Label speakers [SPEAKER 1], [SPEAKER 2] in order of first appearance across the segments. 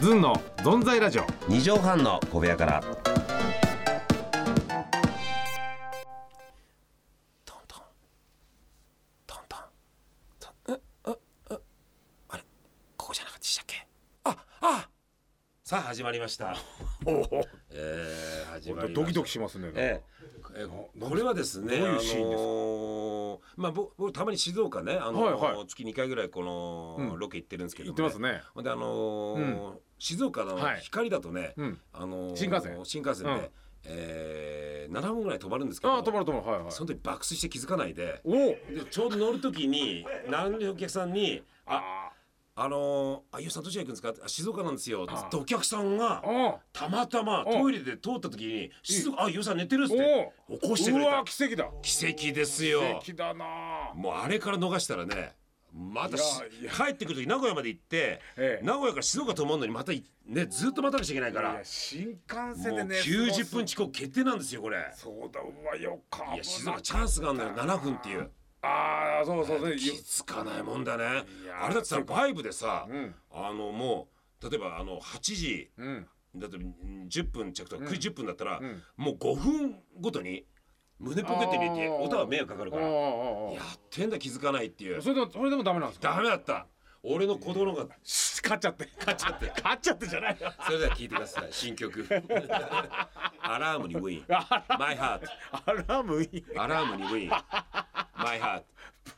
[SPEAKER 1] ずんのぞんざいラジオ
[SPEAKER 2] 二畳半の小部屋から。
[SPEAKER 3] トントントントントンえええあれここじゃなかったでしたっけああ
[SPEAKER 2] さあ始まりました。えー、始まりました。
[SPEAKER 1] ドキドキしますね、
[SPEAKER 2] ええええこれはですね、
[SPEAKER 1] どういうシーンですか
[SPEAKER 2] あのーまあ僕僕たまに静岡ね、あのー
[SPEAKER 1] はいは
[SPEAKER 2] 月2回ぐらいこの、
[SPEAKER 1] うん
[SPEAKER 2] ロケ行ってるんですけど
[SPEAKER 1] 言
[SPEAKER 2] も、
[SPEAKER 1] ってますね
[SPEAKER 2] であのー静岡の
[SPEAKER 1] はい
[SPEAKER 2] 光だとね、
[SPEAKER 1] うん
[SPEAKER 2] あのー
[SPEAKER 1] 新幹線
[SPEAKER 2] 新幹線で、
[SPEAKER 1] うん
[SPEAKER 2] えー、7本ぐらい止まるんですけど
[SPEAKER 1] ああ止まる止まるはいはい
[SPEAKER 2] その時爆睡して気づかないで
[SPEAKER 1] おお
[SPEAKER 2] でちょうど乗る時に何人お客さんに「あ
[SPEAKER 1] あ
[SPEAKER 2] あのー、あゆうさんどちら行くんですかってあ静岡なんですよ」つってお客さんが
[SPEAKER 1] ーあ
[SPEAKER 2] たまたまトイレで通った時に「静岡あゆうさん寝てる」っつって
[SPEAKER 1] お
[SPEAKER 2] 起こして
[SPEAKER 1] ー
[SPEAKER 2] く
[SPEAKER 1] う
[SPEAKER 2] れ
[SPEAKER 1] わ
[SPEAKER 2] た
[SPEAKER 1] 奇跡だ
[SPEAKER 2] 奇跡です
[SPEAKER 1] 奇
[SPEAKER 2] よ
[SPEAKER 1] 跡だなあ
[SPEAKER 2] もうあれから逃したらねまたし
[SPEAKER 1] いやい
[SPEAKER 2] 帰ってくる時名古屋まで行って、
[SPEAKER 1] ええ
[SPEAKER 2] 名古屋から静岡と思うのにまたいねずっと待たなきゃいけないから
[SPEAKER 1] いや新幹
[SPEAKER 2] も
[SPEAKER 1] 線
[SPEAKER 2] う
[SPEAKER 1] でね
[SPEAKER 2] 90分遅刻決定なんですよこれ
[SPEAKER 1] そうだうわよか
[SPEAKER 2] いや静岡チャンスがあるのよ7分っていう
[SPEAKER 1] ああそうそうそう
[SPEAKER 2] 気づかないもんだね
[SPEAKER 1] いやー
[SPEAKER 2] あれだってさバイブでさ、
[SPEAKER 1] うん
[SPEAKER 2] あのもう例えばあの8時
[SPEAKER 1] うん
[SPEAKER 2] だってうん10分着とか9時10分だったら、
[SPEAKER 1] うん
[SPEAKER 2] もう5分ごとに胸ポケットに入れて
[SPEAKER 1] あー
[SPEAKER 2] 音は迷惑かかる
[SPEAKER 1] あ
[SPEAKER 2] か
[SPEAKER 1] あ
[SPEAKER 2] らや
[SPEAKER 1] あ
[SPEAKER 2] ってんだ気づかないってい
[SPEAKER 1] あ
[SPEAKER 2] う
[SPEAKER 1] それでもそれでもダメなんですか
[SPEAKER 2] ダメだった俺の子供が
[SPEAKER 1] 勝っちゃって
[SPEAKER 2] 勝っちゃって
[SPEAKER 1] 勝っちゃってじゃない
[SPEAKER 2] それでは聞いてください 新曲アラームにウィンマイハー
[SPEAKER 1] アラームいい
[SPEAKER 2] トアラームにウ ィンマイハー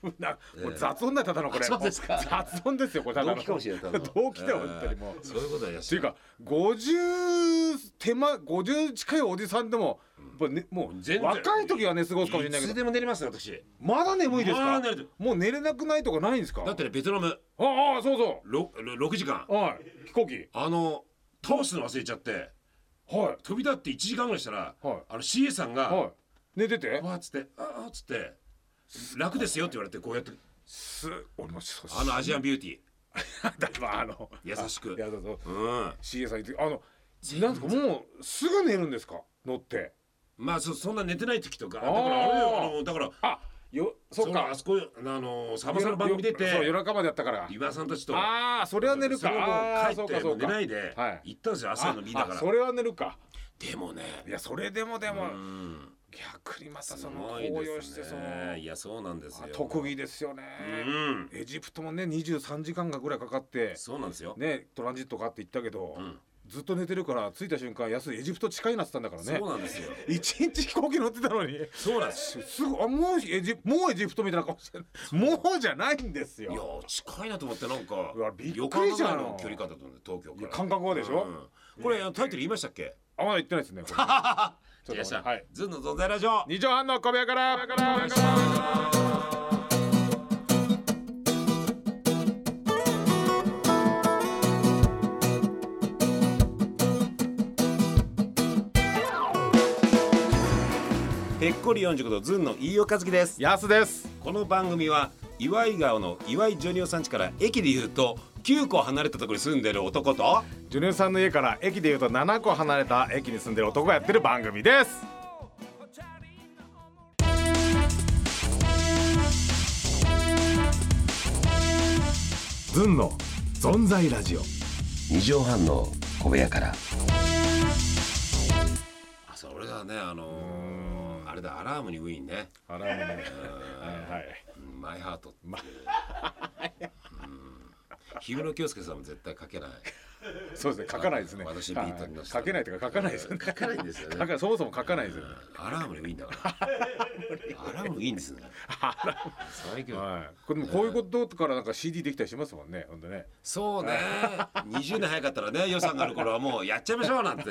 [SPEAKER 2] ト
[SPEAKER 1] なもう雑音だよただのこれそうですか雑音ですよこれただの
[SPEAKER 2] 同期かもしれ ないただの
[SPEAKER 1] 同期だよ本当にもう
[SPEAKER 2] そういうことだよ
[SPEAKER 1] っていうか50手間50近いおじさんでも、やっぱね、も
[SPEAKER 2] 全然
[SPEAKER 1] う若い時はね過ごすかもしれないけ
[SPEAKER 2] つ
[SPEAKER 1] ど
[SPEAKER 2] でも寝れますよ私
[SPEAKER 1] まだ眠いです
[SPEAKER 2] ま
[SPEAKER 1] か
[SPEAKER 2] あ寝れる
[SPEAKER 1] もう寝れなくないとかないんですか
[SPEAKER 2] だってねベトナム
[SPEAKER 1] ああそうそ
[SPEAKER 2] ろろ6時間
[SPEAKER 1] うはい飛行機
[SPEAKER 2] あの倒すの忘れちゃって
[SPEAKER 1] は
[SPEAKER 2] 飛び立って1時間ぐらいしたら、
[SPEAKER 1] はい
[SPEAKER 2] あの CA さんが
[SPEAKER 1] い
[SPEAKER 2] 「
[SPEAKER 1] はい寝てて
[SPEAKER 2] わあっつって「ああ」っつって「楽ですよ」って言われてこうやって
[SPEAKER 1] す俺もそう
[SPEAKER 2] あのアジアンビューティ ー
[SPEAKER 1] だからあの
[SPEAKER 2] 優しく
[SPEAKER 1] いやそうそう
[SPEAKER 2] うん
[SPEAKER 1] CA さん言ってあのなんですかもうすぐ寝るんですか乗って
[SPEAKER 2] まあそそんな寝てない時とかだ
[SPEAKER 1] あー
[SPEAKER 2] からあれよあのだから
[SPEAKER 1] あよそっ
[SPEAKER 2] の
[SPEAKER 1] か
[SPEAKER 2] あそこあのさんまさんの番組出
[SPEAKER 1] よよそう夜
[SPEAKER 2] て
[SPEAKER 1] 中までやったから
[SPEAKER 2] 岩井さんたちと
[SPEAKER 1] ああそれは寝る
[SPEAKER 2] そ
[SPEAKER 1] か
[SPEAKER 2] れも
[SPEAKER 1] ああー
[SPEAKER 2] 帰
[SPEAKER 1] そう
[SPEAKER 2] って
[SPEAKER 1] かそ
[SPEAKER 2] もう
[SPEAKER 1] う
[SPEAKER 2] 寝
[SPEAKER 1] か
[SPEAKER 2] ないで
[SPEAKER 1] はい
[SPEAKER 2] 行ったんですよ朝の便だか
[SPEAKER 1] あ
[SPEAKER 2] ら
[SPEAKER 1] それは寝るか
[SPEAKER 2] でもね
[SPEAKER 1] いやそれでもでも
[SPEAKER 2] うん
[SPEAKER 1] 逆にまた
[SPEAKER 2] す
[SPEAKER 1] その
[SPEAKER 2] ごい
[SPEAKER 1] 高揚して
[SPEAKER 2] で
[SPEAKER 1] そ
[SPEAKER 2] す
[SPEAKER 1] の
[SPEAKER 2] ねいやそうなんですよ
[SPEAKER 1] 特技ですよね
[SPEAKER 2] うん
[SPEAKER 1] エジプトもね23時間ぐらいかかって
[SPEAKER 2] そうなんですよ
[SPEAKER 1] ねトランジットかって言ったけど
[SPEAKER 2] ん
[SPEAKER 1] ずっと寝てるから着いた瞬間安いエジプト近いなって言ったんだからね
[SPEAKER 2] そうなんですよ
[SPEAKER 1] 一日飛行機乗ってたのに
[SPEAKER 2] そうなんです
[SPEAKER 1] すぐあもうエジもうエジプトみたいな顔してるもうじゃないんです
[SPEAKER 2] いや
[SPEAKER 1] よ
[SPEAKER 2] ー近いなと思ってなんか
[SPEAKER 1] うわびっくり
[SPEAKER 2] 予感
[SPEAKER 1] じゃん
[SPEAKER 2] ぐらいの距離感だったんで東京
[SPEAKER 1] い
[SPEAKER 2] か
[SPEAKER 1] や
[SPEAKER 2] ら
[SPEAKER 1] 感覚はでしょ
[SPEAKER 2] うんこれあのタイトル言いましたっけ
[SPEAKER 1] あまだ言ってないですねこれ ちょっと待って
[SPEAKER 2] いらっしゃい
[SPEAKER 1] はい
[SPEAKER 2] ずんの存在ラジオ
[SPEAKER 1] 二畳半の小部屋から
[SPEAKER 2] ぺっこり45度ずんの飯尾和樹です
[SPEAKER 1] 安です
[SPEAKER 2] この番組は岩井川の岩井ジョニオさん家から駅で言うと9個離れたところに住んでる男と
[SPEAKER 1] ジュニオさんの家から駅でいうと7個離れた駅に住んでる男がやってる番組ですズンの存在ラジオ
[SPEAKER 2] 二畳半の小部屋からあそう俺だねあのーあれだアラームにウィーンね
[SPEAKER 1] あらもうねはいはい
[SPEAKER 2] うんマイハートってうん日村京介さんも絶対書けない
[SPEAKER 1] そうですね書かないですね
[SPEAKER 2] 私ビートに乗せて
[SPEAKER 1] 書けないというか書かないですよね
[SPEAKER 2] 書 かないんですよね
[SPEAKER 1] 書かそもそも書かないですよね
[SPEAKER 2] アラームにウィーンだからアラームにウィーンです ね最強
[SPEAKER 1] はい、これでもこういうことからなんか CD できたりしますもんね、ほんとね。
[SPEAKER 2] そうね 20年早かったらね予算がある頃はもうやっちゃいましょうなんて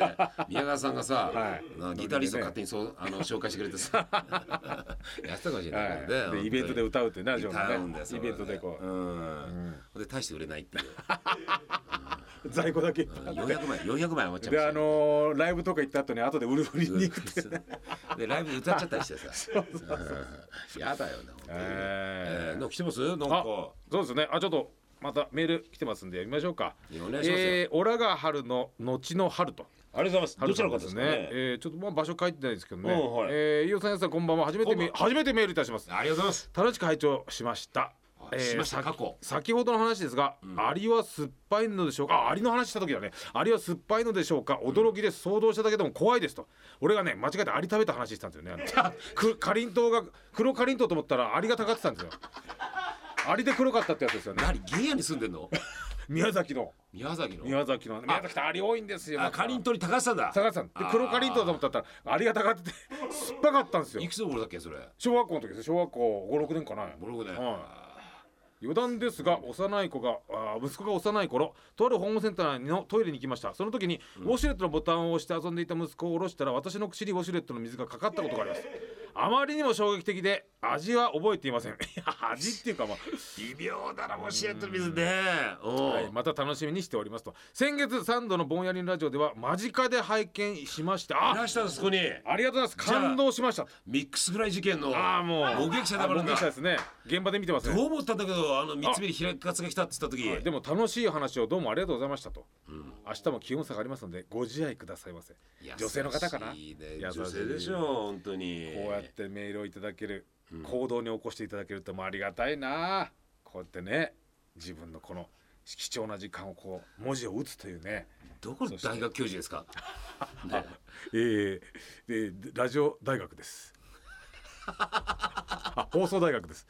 [SPEAKER 2] 宮川さんがさ、
[SPEAKER 1] はい
[SPEAKER 2] なギタリスト勝手にそうあの紹介してくれてさ やってたかもしれないけどね
[SPEAKER 1] はい、
[SPEAKER 2] 本当
[SPEAKER 1] で
[SPEAKER 2] に
[SPEAKER 1] イベントで歌うってな、ジョン
[SPEAKER 2] 歌うん
[SPEAKER 1] がね
[SPEAKER 2] だよ、そ
[SPEAKER 1] イ
[SPEAKER 2] れ
[SPEAKER 1] ベントでこ
[SPEAKER 2] う
[SPEAKER 1] う、
[SPEAKER 2] ん、で大して売れないっていう
[SPEAKER 1] 在庫だけいっぱいあって
[SPEAKER 2] 400枚400枚余っちゃい
[SPEAKER 1] で
[SPEAKER 2] ました
[SPEAKER 1] あ
[SPEAKER 2] よ
[SPEAKER 1] のーライブとか行った後に後で売る売りに行くって、
[SPEAKER 2] でライブで歌っちゃったりしてさうんやだよな、本当に
[SPEAKER 1] え
[SPEAKER 2] えー、なんか来てますなん
[SPEAKER 1] あ
[SPEAKER 2] か
[SPEAKER 1] そうですねあちょっとまたメール来てますんで読みましょうか
[SPEAKER 2] いやお願いしますよ
[SPEAKER 1] えーオラが春の後の春と
[SPEAKER 2] ありがとうございますど
[SPEAKER 1] 春
[SPEAKER 2] ち
[SPEAKER 1] さ
[SPEAKER 2] ら
[SPEAKER 1] ん
[SPEAKER 2] の方
[SPEAKER 1] で
[SPEAKER 2] です
[SPEAKER 1] す
[SPEAKER 2] か
[SPEAKER 1] ね
[SPEAKER 2] ね
[SPEAKER 1] えーちょっとまあ場所書いてないですけどね、
[SPEAKER 2] うんはい
[SPEAKER 1] えー、飯尾さんやさんこんばんは初めて
[SPEAKER 2] こんばん
[SPEAKER 1] め初めてメールいたします
[SPEAKER 2] ありがとうございます
[SPEAKER 1] 楽しく拝聴しました
[SPEAKER 2] えーしました
[SPEAKER 1] さ
[SPEAKER 2] 過去
[SPEAKER 1] 先ほどの話ですが、アリは酸っぱいのでしょうかあアリの話した時だねアリは酸っぱいのでしょうか驚きで想像しただけでも怖いですと、俺がね間違えてアリ食べた話したんですよねあのくかりんとうが黒かりんとうと思ったらアリがたかってたんですよアリで黒かったってやつですよね
[SPEAKER 2] 何銀屋に住んでんの
[SPEAKER 1] 宮崎の
[SPEAKER 2] 宮崎の
[SPEAKER 1] 宮崎の宮崎ってアリ多いんですよ
[SPEAKER 2] あかりん
[SPEAKER 1] と
[SPEAKER 2] とり高橋さんだ
[SPEAKER 1] 高橋さんで
[SPEAKER 2] あー
[SPEAKER 1] 黒かりんとうと思ったらアリがたかってて酸っぱかったんですよ
[SPEAKER 2] いくつの頃だっけそれ
[SPEAKER 1] 小学校の時ですよ小学校56年かな
[SPEAKER 2] ボログね、
[SPEAKER 1] はい余談ですが幼い子があー息子が幼い頃とあるホームセンターのトイレに行きましたその時に、ウォシュレットのボタンを押して遊んでいた息子を下ろしたら私の口にウォシュレットの水がかかったことがありますあまりにも衝撃的で味は覚えていません いや味っていうかまあ
[SPEAKER 2] 微妙だなもしやってる水ねおう
[SPEAKER 1] はい、また楽しみにしておりますと先月3度のぼんやりラジオでは間近で拝見しました
[SPEAKER 2] いら
[SPEAKER 1] あ
[SPEAKER 2] したんですそこに
[SPEAKER 1] ありがとうございます
[SPEAKER 2] じゃあ
[SPEAKER 1] 感動しました
[SPEAKER 2] ミックスフライ事件の
[SPEAKER 1] ああもう
[SPEAKER 2] 目撃者だから
[SPEAKER 1] あ
[SPEAKER 2] な
[SPEAKER 1] 目撃者ですね現場で見てますね
[SPEAKER 2] どう思ったんだけどあの三つ目に開かつが来たって言った時、
[SPEAKER 1] でも楽しい話をどうもありがとうございましたと、明日も気温差がありますのでご自愛くださいませ女性の方かな
[SPEAKER 2] 優しいね
[SPEAKER 1] 優しい
[SPEAKER 2] 女性でしょ本当に
[SPEAKER 1] こうやってメールをいただける、行動に起こしていただけるともありがたいなこうやってね自分のこの貴重な時間をこう文字を打つというね
[SPEAKER 2] どこの大学教授ですかね
[SPEAKER 1] えー、でラジオ大学です あ放送大学です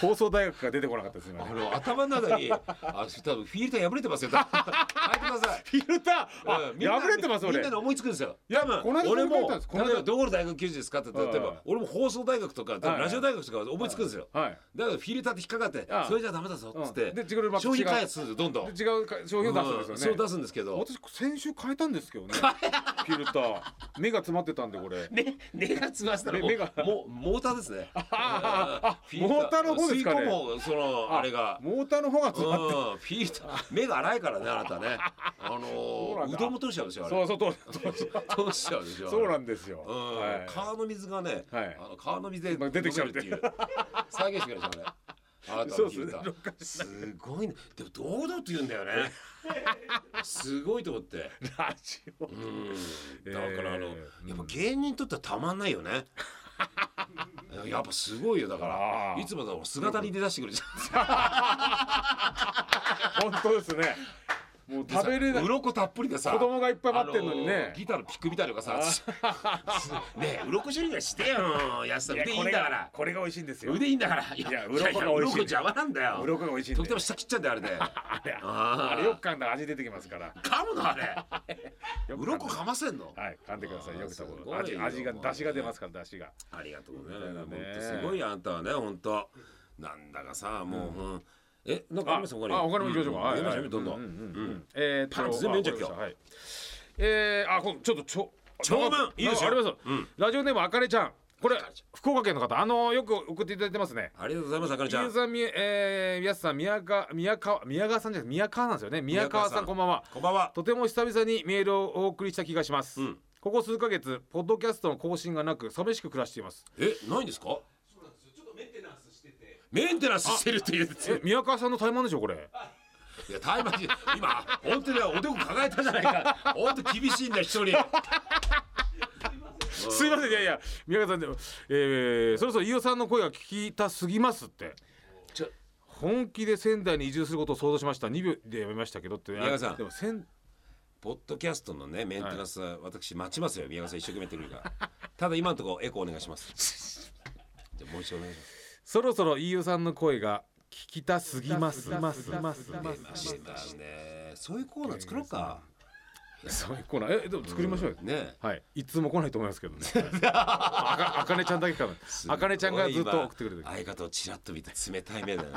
[SPEAKER 1] 放送大学が出てこなかったです今
[SPEAKER 2] あ
[SPEAKER 1] ね
[SPEAKER 2] の頭の中にあ多分フィルター破れ てますよ多分入ってください
[SPEAKER 1] フィルターあ
[SPEAKER 2] うんみんな
[SPEAKER 1] 破れてます
[SPEAKER 2] み
[SPEAKER 1] 俺
[SPEAKER 2] んなで思いつくんですよ。
[SPEAKER 1] いや
[SPEAKER 2] 多分
[SPEAKER 1] この間これ
[SPEAKER 2] 俺
[SPEAKER 1] 書い
[SPEAKER 2] も
[SPEAKER 1] たんですこの間
[SPEAKER 2] 例えばどこの大学教授ですかって例え
[SPEAKER 1] うん
[SPEAKER 2] ば俺も放送大学とか多
[SPEAKER 1] は
[SPEAKER 2] 分
[SPEAKER 1] い
[SPEAKER 2] ラジオ大学とか思いつくんですよ。
[SPEAKER 1] はい
[SPEAKER 2] だからフィルターって引っかかって
[SPEAKER 1] うん
[SPEAKER 2] それじゃダメだぞっつっ
[SPEAKER 1] うんで
[SPEAKER 2] て
[SPEAKER 1] 自分でまた違う
[SPEAKER 2] 商品開発するんですよどんどん。
[SPEAKER 1] で違うか商品を出すんですよね、
[SPEAKER 2] そう出すんですけど。
[SPEAKER 1] 私先週変えたんですけ どねフィルター目が詰まってたんでこれ
[SPEAKER 2] ね、目が詰まってたら
[SPEAKER 1] 目
[SPEAKER 2] もう
[SPEAKER 1] 目が
[SPEAKER 2] もうモーターですね。
[SPEAKER 1] あ
[SPEAKER 2] フィルタ
[SPEAKER 1] モーターの方ですかね
[SPEAKER 2] 吸い込むその あれが。うん
[SPEAKER 1] モーターの方が
[SPEAKER 2] フ
[SPEAKER 1] 詰まって
[SPEAKER 2] ィルター目が荒いからねあなたね。あ
[SPEAKER 1] う
[SPEAKER 2] の
[SPEAKER 1] なん
[SPEAKER 2] ー
[SPEAKER 1] だ
[SPEAKER 2] うどんも通しちゃうでしょあ
[SPEAKER 1] そ
[SPEAKER 2] れ
[SPEAKER 1] う。そうと
[SPEAKER 2] 通しちゃうでしょ。。
[SPEAKER 1] そうなんんですよ、
[SPEAKER 2] うん
[SPEAKER 1] はい、
[SPEAKER 2] 川の水がね、
[SPEAKER 1] はい
[SPEAKER 2] あの川の水で
[SPEAKER 1] まあ出てきちゃう
[SPEAKER 2] 飲めるっていう。再現してくれたね。あなた
[SPEAKER 1] そう
[SPEAKER 2] の
[SPEAKER 1] で
[SPEAKER 2] フ
[SPEAKER 1] すね
[SPEAKER 2] ィルター。すごいね。でも堂々と言うんだよね。すごいと思って。
[SPEAKER 1] ラジオ
[SPEAKER 2] うん、だからあの、
[SPEAKER 1] えー
[SPEAKER 2] やっぱ芸人にとってはたまんない よね。やっぱすごいよだか
[SPEAKER 1] あ
[SPEAKER 2] ら
[SPEAKER 1] ー
[SPEAKER 2] いつもだから姿に出だしてくれちゃ
[SPEAKER 1] 本当ですねもう
[SPEAKER 2] う
[SPEAKER 1] 食べれない
[SPEAKER 2] 鱗たっぷりでさ
[SPEAKER 1] 子供がいっぱい待ってんのにね
[SPEAKER 2] あギターのピックみたい のがさ「ねえ鱗処理がしてよ安さん
[SPEAKER 1] や
[SPEAKER 2] 腕いいんだから
[SPEAKER 1] これがこれが美味しいんですよ
[SPEAKER 2] 腕いいんだからい
[SPEAKER 1] いや鱗が美味しい
[SPEAKER 2] 鱗邪魔なんだよ
[SPEAKER 1] 鱗が美味しいん
[SPEAKER 2] とっ
[SPEAKER 1] で
[SPEAKER 2] ても下切っちゃうんだよあれで
[SPEAKER 1] あれ
[SPEAKER 2] あー
[SPEAKER 1] あれよく噛んだら味出てきますから
[SPEAKER 2] 噛むのあれ
[SPEAKER 1] よく噛んだ
[SPEAKER 2] 鱗かませんの
[SPEAKER 1] はい噛んでくださいよく食べ
[SPEAKER 2] あーすごい
[SPEAKER 1] 味
[SPEAKER 2] よ
[SPEAKER 1] 味が出汁が出ますから出汁が
[SPEAKER 2] ありがとうね。
[SPEAKER 1] いなね
[SPEAKER 2] 本当すごいあんたはね、本当。なんだかさ、もう、うんえ、なんかあります他に。
[SPEAKER 1] あ、他にも行きましょうか。は
[SPEAKER 2] ん
[SPEAKER 1] い
[SPEAKER 2] 行きましょう
[SPEAKER 1] はい
[SPEAKER 2] どんどん。
[SPEAKER 1] う
[SPEAKER 2] う
[SPEAKER 1] うんんえーと
[SPEAKER 2] パンツ全部読んじゃ
[SPEAKER 1] あわかりまし
[SPEAKER 2] う今日
[SPEAKER 1] たはい。えー、あ、このちょっとちょ
[SPEAKER 2] 長文
[SPEAKER 1] なんか
[SPEAKER 2] いいですよ
[SPEAKER 1] なんかあります
[SPEAKER 2] うん
[SPEAKER 1] ラジオネームあかねちゃん。これ
[SPEAKER 2] あかねち
[SPEAKER 1] 福岡県の方、あのよく送っていただいてますね。
[SPEAKER 2] ありがとうございます、あかねちゃ
[SPEAKER 1] 宮
[SPEAKER 2] ん。
[SPEAKER 1] さん、みえー、宮さん、宮川、宮川、宮川さんじゃなくて宮川なんですよね。宮川
[SPEAKER 2] 宮川
[SPEAKER 1] さ
[SPEAKER 2] さん
[SPEAKER 1] ん、こんばんは。
[SPEAKER 2] こんばんは。
[SPEAKER 1] とても久々にメールをお送りした気がします。
[SPEAKER 2] うん
[SPEAKER 1] ここ数ヶ月、ポッドキャストの更新がなく、寂しく暮らしています。
[SPEAKER 2] え、ないんですか。メンテナンスしてるって言うて
[SPEAKER 1] え、宮川さんの怠慢でしょこれ。
[SPEAKER 2] いや、タイマー今、本当におでこ抱えたじゃない か。本当厳しいんだよ、一人。
[SPEAKER 1] すいませんいやいや宮川さんでも、えー、そろそろ飯尾さんの声が聞きたすぎますって
[SPEAKER 2] ちょ
[SPEAKER 1] 本気で仙台に移住することを想像しました2秒でやめましたけどって宮
[SPEAKER 2] 川さん
[SPEAKER 1] でも仙
[SPEAKER 2] ポッドキャストのね、メンテナンスは、私待ちますよ、宮川さん一生懸命やってくれるから。ただ、今のところ、エコーお願いします。じゃ、もう一度お願いします。
[SPEAKER 1] そろそろ飯尾さんの声が聞きたすぎますますますます
[SPEAKER 2] ましたね。そういうコーナー作ろうか。
[SPEAKER 1] そういうコーナーえでも作りましょうよ、
[SPEAKER 2] ね
[SPEAKER 1] はいいつも来ないと思いますけどねあかあかねちゃんだけかなあかねちゃんがずっと送ってくれてる
[SPEAKER 2] 相方をちらっと見て冷たい目 だね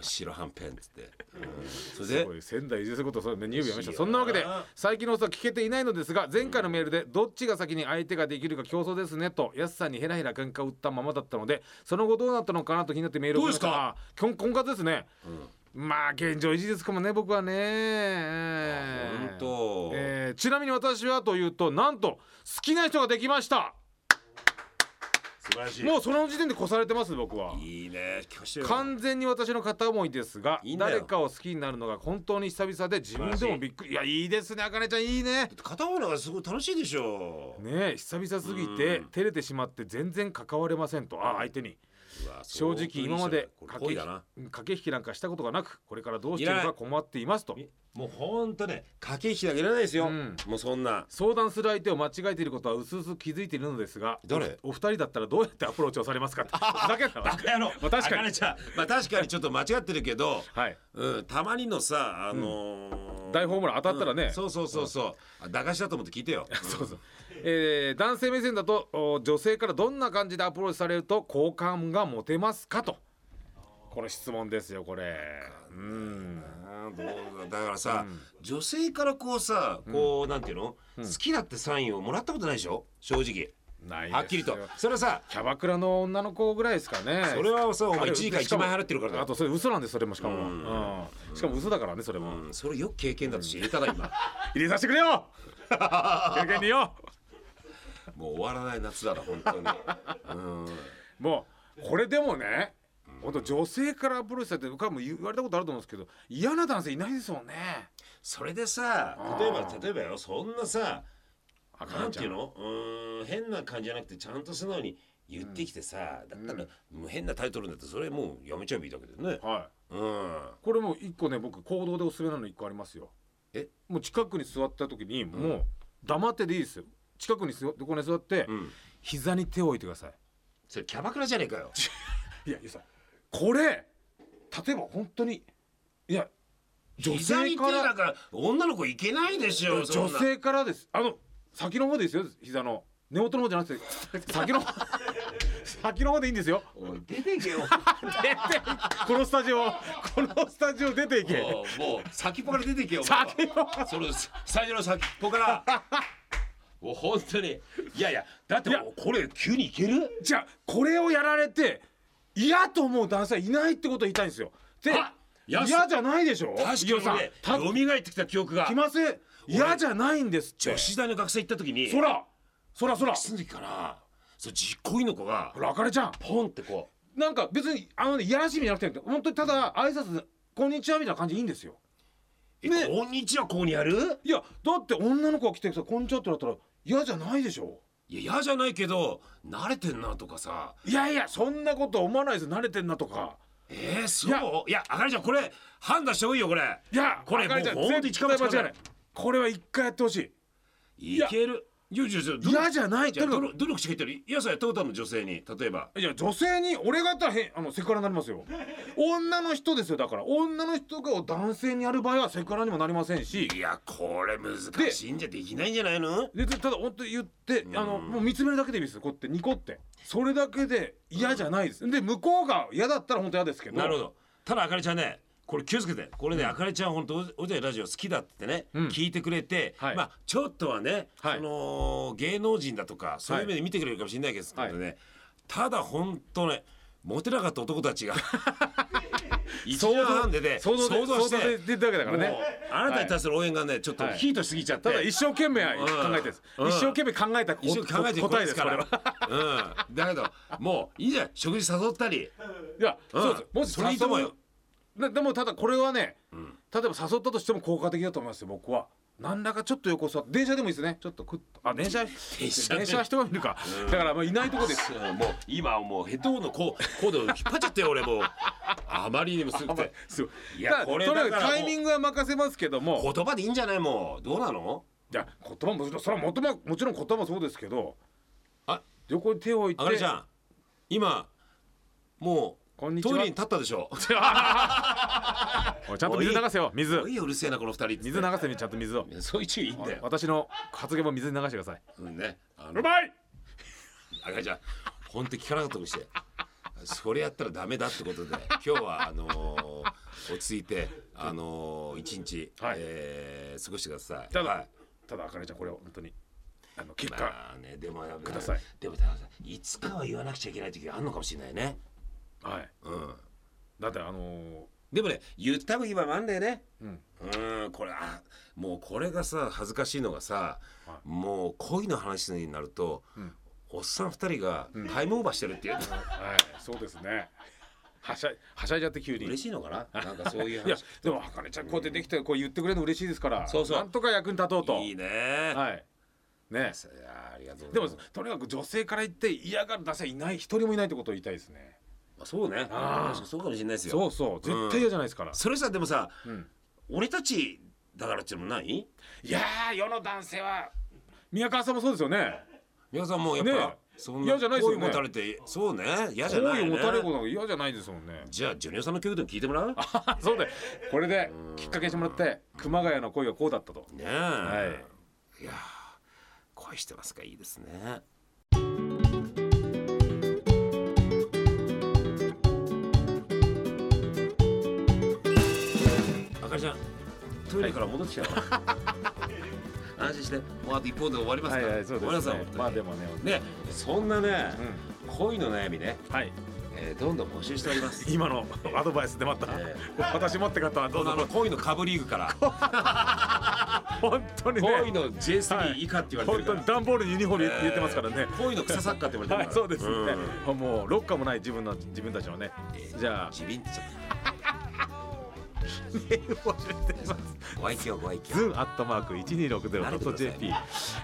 [SPEAKER 2] 白はんぺんっつって、うん、それ
[SPEAKER 1] す
[SPEAKER 2] で
[SPEAKER 1] ごい仙台移住することをそうね2秒やめまし
[SPEAKER 2] 嬉しい
[SPEAKER 1] た
[SPEAKER 2] よ
[SPEAKER 1] そんなわけで
[SPEAKER 2] な
[SPEAKER 1] 最近の放送は聞けていないのですが前回のメールでどっちが先に相手ができるか競争ですねと安さんにヘラヘラ喧嘩を打ったままだったのでその後どうなったのかなと気になってメールを送りました
[SPEAKER 2] どうです
[SPEAKER 1] あ今婚活ですね、まあ現状維持ですかもね僕はね
[SPEAKER 2] 本当、
[SPEAKER 1] えーちなみに私はというとなんと好きな人ができました
[SPEAKER 2] 素晴らし
[SPEAKER 1] もうその時点で越されてます僕はい
[SPEAKER 2] いいね挙手
[SPEAKER 1] 完全に私の片思いですが
[SPEAKER 2] いいんだよ
[SPEAKER 1] 誰かを好きになるのが本当に久々で自分でもびっくりいやいいですねあかねちゃんいいね
[SPEAKER 2] 片方の方がすごい楽しいでしょ
[SPEAKER 1] ねえ久々すぎて
[SPEAKER 2] うん
[SPEAKER 1] 照れてしまって全然関われませんとあ相手に
[SPEAKER 2] うわ
[SPEAKER 1] 正直今まで
[SPEAKER 2] 相当いい
[SPEAKER 1] 駆け
[SPEAKER 2] 人だこれ恋だ
[SPEAKER 1] 引
[SPEAKER 2] な
[SPEAKER 1] き駆け引きなんかしたことがなくこれからどうしている
[SPEAKER 2] いらな
[SPEAKER 1] か
[SPEAKER 2] い
[SPEAKER 1] 困っていますと
[SPEAKER 2] みもうほんとね駆け引きだけいらないですよ、
[SPEAKER 1] うん
[SPEAKER 2] もうそんな
[SPEAKER 1] 相談する相手を間違えていることはうすうす気づいているのですが
[SPEAKER 2] 誰
[SPEAKER 1] おお二人だったらどうやってアプローチをされますかってふざけんな
[SPEAKER 2] バカ野郎
[SPEAKER 1] まあ確かに
[SPEAKER 2] 茜ちゃんまあ確かにちょっと間違ってるけど、
[SPEAKER 1] はい
[SPEAKER 2] うん、たまにのさあのー
[SPEAKER 1] 大ホームラン当たったらね
[SPEAKER 2] うんそうそうそうそう、あ駄菓子だと思って聞いてよ
[SPEAKER 1] そうそうえー男性目線だとお女性からどんな感じでアプローチされると好感が持てますかとこれ質問ですよこれうん
[SPEAKER 2] あーどうだだからさ、
[SPEAKER 1] うん
[SPEAKER 2] 女性からこうさこう、なんていうの、好きだってサインをもらったことないでしょ正直
[SPEAKER 1] ないですよ
[SPEAKER 2] はっきりとそれはさ
[SPEAKER 1] キャバクラの女の子ぐらいですかね
[SPEAKER 2] それはさお
[SPEAKER 1] あ
[SPEAKER 2] 前
[SPEAKER 1] れ
[SPEAKER 2] 1時間
[SPEAKER 1] しか
[SPEAKER 2] 1
[SPEAKER 1] も
[SPEAKER 2] 万円払ってるからだ
[SPEAKER 1] あとそれ嘘なんですそれもしかも、
[SPEAKER 2] うん
[SPEAKER 1] うんしかも嘘だからねそれも、
[SPEAKER 2] うん、それよく経験だと知れたな今
[SPEAKER 1] 入れさせてくれよ経験によ
[SPEAKER 2] もう終わらない夏だな本当に、うん、
[SPEAKER 1] もうこれでもね本当女性からアプローチされて僕はもう言われたことあると思うんですけど嫌な男性いないですもんね
[SPEAKER 2] それでさ例えば例えばよそんなさ
[SPEAKER 1] あか
[SPEAKER 2] なんていう
[SPEAKER 1] の
[SPEAKER 2] のうーん変な感じじゃなくてちゃんと素直に言ってきてさ、だったら、もう変なタイトルだってそれもうやめちゃえばいいだけだよね
[SPEAKER 1] はい
[SPEAKER 2] うん
[SPEAKER 1] これもう一個ね僕行動でおすすめなの一個ありますよ
[SPEAKER 2] え
[SPEAKER 1] もう近くに座った時にもう黙ってでいいですよ近くに座ってここに座って、
[SPEAKER 2] うん
[SPEAKER 1] 膝に手を置いてください
[SPEAKER 2] それキャバクラじゃねえかよ
[SPEAKER 1] いやいやさこれ例えば本当にいや女
[SPEAKER 2] 膝
[SPEAKER 1] 性
[SPEAKER 2] に手
[SPEAKER 1] か
[SPEAKER 2] だ
[SPEAKER 1] ら
[SPEAKER 2] から女の子いけないでしょそん
[SPEAKER 1] 女
[SPEAKER 2] な
[SPEAKER 1] 性からですあの先の方でいいですよ膝の根元の方じゃなく て先の先の方でいいんですよ
[SPEAKER 2] おい出てけよ
[SPEAKER 1] 出てこのスタジオこのスタジオ出ていけ
[SPEAKER 2] もうもう先っぽから出てけよ
[SPEAKER 1] 先の方
[SPEAKER 2] その最初の先っぽからもう本当にいやいやだって
[SPEAKER 1] いや
[SPEAKER 2] もうこれ急にいける
[SPEAKER 1] じゃあこれをやられて嫌と思う男性はいないってことを言いたいんですよで
[SPEAKER 2] あいや
[SPEAKER 1] 嫌じゃないでしょ飯尾
[SPEAKER 2] 確
[SPEAKER 1] さ
[SPEAKER 2] か
[SPEAKER 1] ん
[SPEAKER 2] にね
[SPEAKER 1] た
[SPEAKER 2] 蘇ってきた記憶が
[SPEAKER 1] 来ません嫌じゃないんですって
[SPEAKER 2] 女子大の学生行った時に
[SPEAKER 1] そらそらそら
[SPEAKER 2] その時からそう実行委員の子が
[SPEAKER 1] ほらあかねちゃん
[SPEAKER 2] ポンってこ
[SPEAKER 1] なんか別にあのねいやらしい意味じゃなくて本当にただ挨拶でこんにちはみたいな感じでいいんですよ
[SPEAKER 2] う「
[SPEAKER 1] ね
[SPEAKER 2] ね、こんにちはこうにやる?
[SPEAKER 1] いやだって女の子が来てさこんにちはってなったら嫌じゃないでしょ」
[SPEAKER 2] いや嫌じゃないけど慣れてんなとかさ
[SPEAKER 1] いやいやそんなこと思わないです慣れてんなとか
[SPEAKER 2] えー、そういやあかりちゃんこれ判断した方がいいよこれ
[SPEAKER 1] いや
[SPEAKER 2] これ
[SPEAKER 1] あかねちゃん
[SPEAKER 2] もうほんと一か八か
[SPEAKER 1] 絶対間違いないこれは一回やってほしい
[SPEAKER 2] いけるいやいやいやど
[SPEAKER 1] 嫌じゃない
[SPEAKER 2] じゃあ
[SPEAKER 1] とにか
[SPEAKER 2] ど
[SPEAKER 1] く
[SPEAKER 2] のどの口が言ってるいやさやったことあるの女性に例えば
[SPEAKER 1] いや女性に俺がやったら変あのセクハラになりますよ女の人ですよだから女の人が男性にやる場合はセクハラにもなりませんし
[SPEAKER 2] いやこれ難しいんじゃできないんじゃないの
[SPEAKER 1] でただ本当に言って
[SPEAKER 2] ん
[SPEAKER 1] あのもう見つめるだけでいいですこうやってニコってそれだけで嫌じゃないです、で向こうが嫌だったら本当嫌ですけど
[SPEAKER 2] なるほどただあかりちゃんねこれ気をつけてこれね、あかりちゃん本当おじゃラジオ好きだってね、
[SPEAKER 1] うん
[SPEAKER 2] 聞いてくれて、
[SPEAKER 1] はい
[SPEAKER 2] まあちょっとはね、
[SPEAKER 1] はい
[SPEAKER 2] その芸能人だとかそういう目で見てくれるかもしれないけど、
[SPEAKER 1] はい
[SPEAKER 2] ねただ本当ねモテなかった男 たちが一
[SPEAKER 1] 想像
[SPEAKER 2] 年半でね
[SPEAKER 1] 想像で
[SPEAKER 2] 想像して
[SPEAKER 1] 想像で出たわけだからね
[SPEAKER 2] もうあなたに対する応援がねちょっと
[SPEAKER 1] はい
[SPEAKER 2] ヒートしすぎちゃって、
[SPEAKER 1] ただ一生懸命考えてです、
[SPEAKER 2] うん
[SPEAKER 1] 一生懸命考えたこ
[SPEAKER 2] 一生懸命考えてる
[SPEAKER 1] 答えです
[SPEAKER 2] こ
[SPEAKER 1] これ
[SPEAKER 2] れ
[SPEAKER 1] は
[SPEAKER 2] ですから、うん、だけどもういいじゃん食事誘ったり、
[SPEAKER 1] いや、
[SPEAKER 2] うん、
[SPEAKER 1] そうですもし
[SPEAKER 2] それいいと思うよ
[SPEAKER 1] なでもただこれはね、
[SPEAKER 2] ん
[SPEAKER 1] 例えば誘ったとしても効果的だと思いますよ僕は何らかちょっと横座って電車でもいいですねちょっとくっとあ電車電
[SPEAKER 2] 車で
[SPEAKER 1] は人が見るか、だからまあいないとこです
[SPEAKER 2] うんもう今はもうヘッドホンのこうコードを引っ張っちゃってよ俺もうあまりにもすごくて
[SPEAKER 1] すご
[SPEAKER 2] い
[SPEAKER 1] い
[SPEAKER 2] や
[SPEAKER 1] や
[SPEAKER 2] こ
[SPEAKER 1] こ
[SPEAKER 2] れ
[SPEAKER 1] れ
[SPEAKER 2] だから
[SPEAKER 1] タイミングは任せますけども
[SPEAKER 2] 言葉でいいんじゃないもうどうなの
[SPEAKER 1] いや言葉もそれはもとももちろん言葉もそうですけど
[SPEAKER 2] あ
[SPEAKER 1] 横に手を置い
[SPEAKER 2] あかり
[SPEAKER 1] て
[SPEAKER 2] ちゃん今も
[SPEAKER 1] こん
[SPEAKER 2] う
[SPEAKER 1] にちは
[SPEAKER 2] トイレに立ったでしょ
[SPEAKER 1] おいちゃんと水流せよ水
[SPEAKER 2] おいようるせえなこの二人っつって
[SPEAKER 1] 水流せにちゃんと水を
[SPEAKER 2] いやそういう注意いいんだよ、
[SPEAKER 1] 私の発言も水に流してください
[SPEAKER 2] うんね、あの
[SPEAKER 1] うまい
[SPEAKER 2] あかりちゃんほんと聞かなかったとしてそれやったらダメだってことで今日はあのー落ち着いてあのー一日、
[SPEAKER 1] はい
[SPEAKER 2] えー過ごしてください
[SPEAKER 1] ただ、
[SPEAKER 2] はい
[SPEAKER 1] ただあかねちゃんこれは本当にあの結果、
[SPEAKER 2] まあねでもく
[SPEAKER 1] ださい
[SPEAKER 2] でも田中さんいつかは言わなくちゃいけない時があるのかもしれないね
[SPEAKER 1] はい
[SPEAKER 2] うん
[SPEAKER 1] だってあのー
[SPEAKER 2] でもね言った方が今もあんだよね
[SPEAKER 1] うん
[SPEAKER 2] うんこれあもうこれがさ恥ずかしいのがさ、
[SPEAKER 1] は
[SPEAKER 2] もう恋の話になると、
[SPEAKER 1] ん
[SPEAKER 2] おっさん二人がタイムオーバーしてるっていう、
[SPEAKER 1] はいそうですねはしゃいはしゃいじゃって急に
[SPEAKER 2] 嬉しいのか ななんかそういう
[SPEAKER 1] いや
[SPEAKER 2] 話
[SPEAKER 1] でもあかねちゃんこう出てきてこう言ってくれるの嬉しいですから
[SPEAKER 2] そうそう
[SPEAKER 1] なんとか役に立とうと
[SPEAKER 2] いいね、
[SPEAKER 1] はいね
[SPEAKER 2] さあありがとうご
[SPEAKER 1] で
[SPEAKER 2] ざい
[SPEAKER 1] も
[SPEAKER 2] ます
[SPEAKER 1] とにかく女性から言って嫌がる男性はいない一人もいないってことを言いたいですね
[SPEAKER 2] まあ、そうね
[SPEAKER 1] あー
[SPEAKER 2] 確かにそうかもしれないですよ
[SPEAKER 1] そうそう絶対嫌じゃないですから、
[SPEAKER 2] それさでもさ
[SPEAKER 1] うん
[SPEAKER 2] 俺たちだからっていうのもない
[SPEAKER 1] いやー世の男性は宮川さんもそうですよね
[SPEAKER 2] 皆さんもやっぱ、
[SPEAKER 1] ね
[SPEAKER 2] そんな
[SPEAKER 1] 嫌じゃないですよね
[SPEAKER 2] 好意持たれてそうね嫌じ
[SPEAKER 1] 好
[SPEAKER 2] ゃない
[SPEAKER 1] 意
[SPEAKER 2] よ
[SPEAKER 1] を
[SPEAKER 2] ね
[SPEAKER 1] 持たれることが嫌じゃないですもんね
[SPEAKER 2] じゃあジュニアさんの教育でも聞いてもらうね
[SPEAKER 1] そうでこれできっかけにしてもらって熊谷の恋はこうだったと
[SPEAKER 2] え、、
[SPEAKER 1] はい
[SPEAKER 2] やー恋してますかいいですねあかりちゃんトイレから戻ってきたよ、安心してもうあと一方で終わりますから、ごめんなさい本当に
[SPEAKER 1] まあでもね
[SPEAKER 2] ねそんなね、
[SPEAKER 1] う
[SPEAKER 2] 恋の悩みね、
[SPEAKER 1] んはい
[SPEAKER 2] えーどんどん募集しております
[SPEAKER 1] 今のアドバイスでまた
[SPEAKER 2] え
[SPEAKER 1] 私持って方はど
[SPEAKER 2] あ
[SPEAKER 1] うぞ
[SPEAKER 2] の恋の株リーグから
[SPEAKER 1] 本当に
[SPEAKER 2] 恋
[SPEAKER 1] ね
[SPEAKER 2] の
[SPEAKER 1] は
[SPEAKER 2] J3
[SPEAKER 1] い
[SPEAKER 2] 以下って言われ
[SPEAKER 1] 本
[SPEAKER 2] てるか
[SPEAKER 1] 当
[SPEAKER 2] ら
[SPEAKER 1] に、段ボールにユニフォーム入れてますから
[SPEAKER 2] え
[SPEAKER 1] ね
[SPEAKER 2] ー恋の草サッカーって言われて
[SPEAKER 1] は
[SPEAKER 2] る
[SPEAKER 1] い
[SPEAKER 2] から
[SPEAKER 1] そうですね
[SPEAKER 2] ん
[SPEAKER 1] もうロッカーもない自分の自分たちのねじゃあ
[SPEAKER 2] ジビンってちょっ
[SPEAKER 1] メール募集してます
[SPEAKER 2] とご愛嬌ご愛嬌
[SPEAKER 1] ズンアットマーク一二六ゼロドット JP、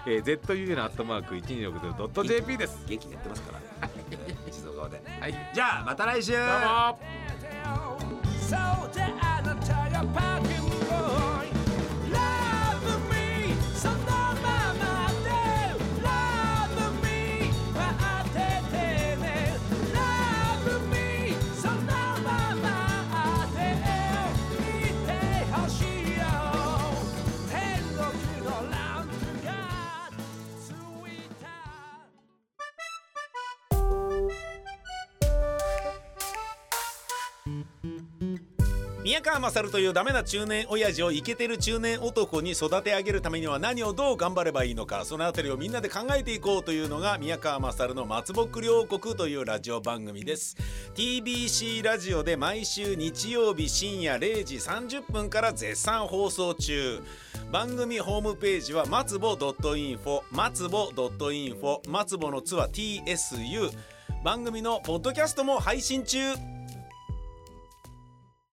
[SPEAKER 1] えー、ZUN アットマーク一二六ゼロドット JP です。
[SPEAKER 2] 元気にやってます から静岡で
[SPEAKER 1] はい。
[SPEAKER 2] じゃあまた来週
[SPEAKER 1] どうも。
[SPEAKER 4] So that I don't tell your parking boy Love me, so no mama do Love me, but I did it Love me, so no mama do Ite hoshio Tengo kino land to God Sweetheart
[SPEAKER 5] 宮川勝というダメな中年親父をイケてる中年男に育て上げるためには何をどう頑張ればいいのかそのあたりをみんなで考えていこうというのが宮川勝の「松ぼっくり王国」というラジオ番組です TBC ラジオで毎週日曜日深夜0時30分から絶賛放送中番組ホームページは松ぼ .info 松ぼ .info 松ぼの「つ」は TSU 番組のポッドキャストも配信中